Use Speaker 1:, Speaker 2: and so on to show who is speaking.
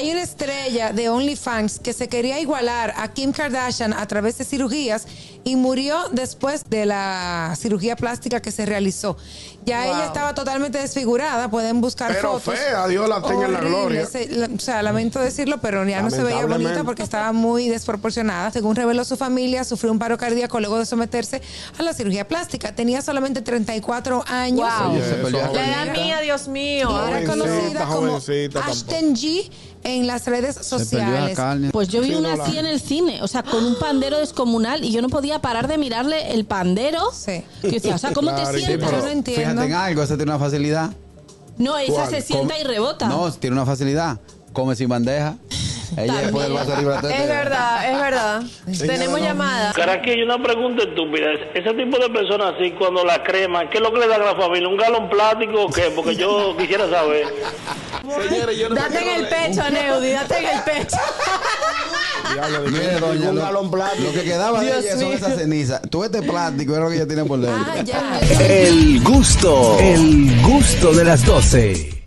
Speaker 1: una estrella de OnlyFans que se quería igualar a Kim Kardashian a través de cirugías y murió después de la cirugía plástica que se realizó. Ya
Speaker 2: Wow.
Speaker 1: ella estaba totalmente desfigurada, pueden buscar
Speaker 3: Pero
Speaker 1: fotos.
Speaker 3: fea, Dios la tenga en la
Speaker 1: Horrible,
Speaker 3: gloria.
Speaker 1: se- la- o sea, lamento decirlo, pero ya no se veía
Speaker 3: Lamentablemente.
Speaker 1: bonita porque estaba muy desproporcionada. Según reveló su familia, sufrió un paro cardíaco luego de someterse a la cirugía plástica. Tenía solamente 34 años.
Speaker 2: Wow.
Speaker 3: Oye,
Speaker 4: Se
Speaker 3: eso,
Speaker 4: perdió la
Speaker 3: joven.
Speaker 2: La edad
Speaker 1: Mira.
Speaker 2: mía, Dios mío.
Speaker 1: Y era
Speaker 3: Jovencita,
Speaker 1: conocida como
Speaker 3: jovencita tampoco.
Speaker 1: Ashton G en las redes
Speaker 4: Se perdió la
Speaker 1: sociales.
Speaker 4: carne.
Speaker 5: Pues yo vi
Speaker 3: Sí,
Speaker 5: una
Speaker 3: Lola.
Speaker 5: así en el cine, o sea, con un pandero descomunal y yo no podía parar de mirarle el pandero.
Speaker 1: Sí.
Speaker 5: Yo decía, o sea, ¿cómo
Speaker 3: Claro,
Speaker 5: te
Speaker 3: y sí,
Speaker 5: sientas?
Speaker 1: pero- no entiendo.
Speaker 4: Fíjate en algo, esa tiene una facilidad.
Speaker 5: No, esa
Speaker 3: ¿Cuál?
Speaker 5: se sienta y rebota.
Speaker 4: No, tiene una facilidad. Come sin bandeja. Ella
Speaker 5: También.
Speaker 4: después del vaso arriba de la teta.
Speaker 2: Es verdad, es verdad. Tenemos
Speaker 3: no.
Speaker 2: llamada.
Speaker 6: Caraquillo, una pregunta estúpida. Ese tipo de personas así, cuando la crema, ¿qué es lo que le dan a la familia? ¿Un galón plástico o qué? Porque yo quisiera saber.
Speaker 3: Señores, yo no me
Speaker 2: Date en
Speaker 3: quiero
Speaker 2: el
Speaker 3: de-
Speaker 2: pecho, Neudi, date en el pecho.
Speaker 3: Diablo,
Speaker 4: Mire,
Speaker 3: ningún-
Speaker 4: doña,
Speaker 3: ningún
Speaker 4: lo,
Speaker 3: galón plástico.
Speaker 4: lo que quedaba de
Speaker 2: Dios
Speaker 4: ella son
Speaker 2: mío.
Speaker 4: esas cenizas. Tú este plástico era lo que ella tenía por dentro.
Speaker 1: Ah, ya.
Speaker 7: El gusto, el gusto de las 12.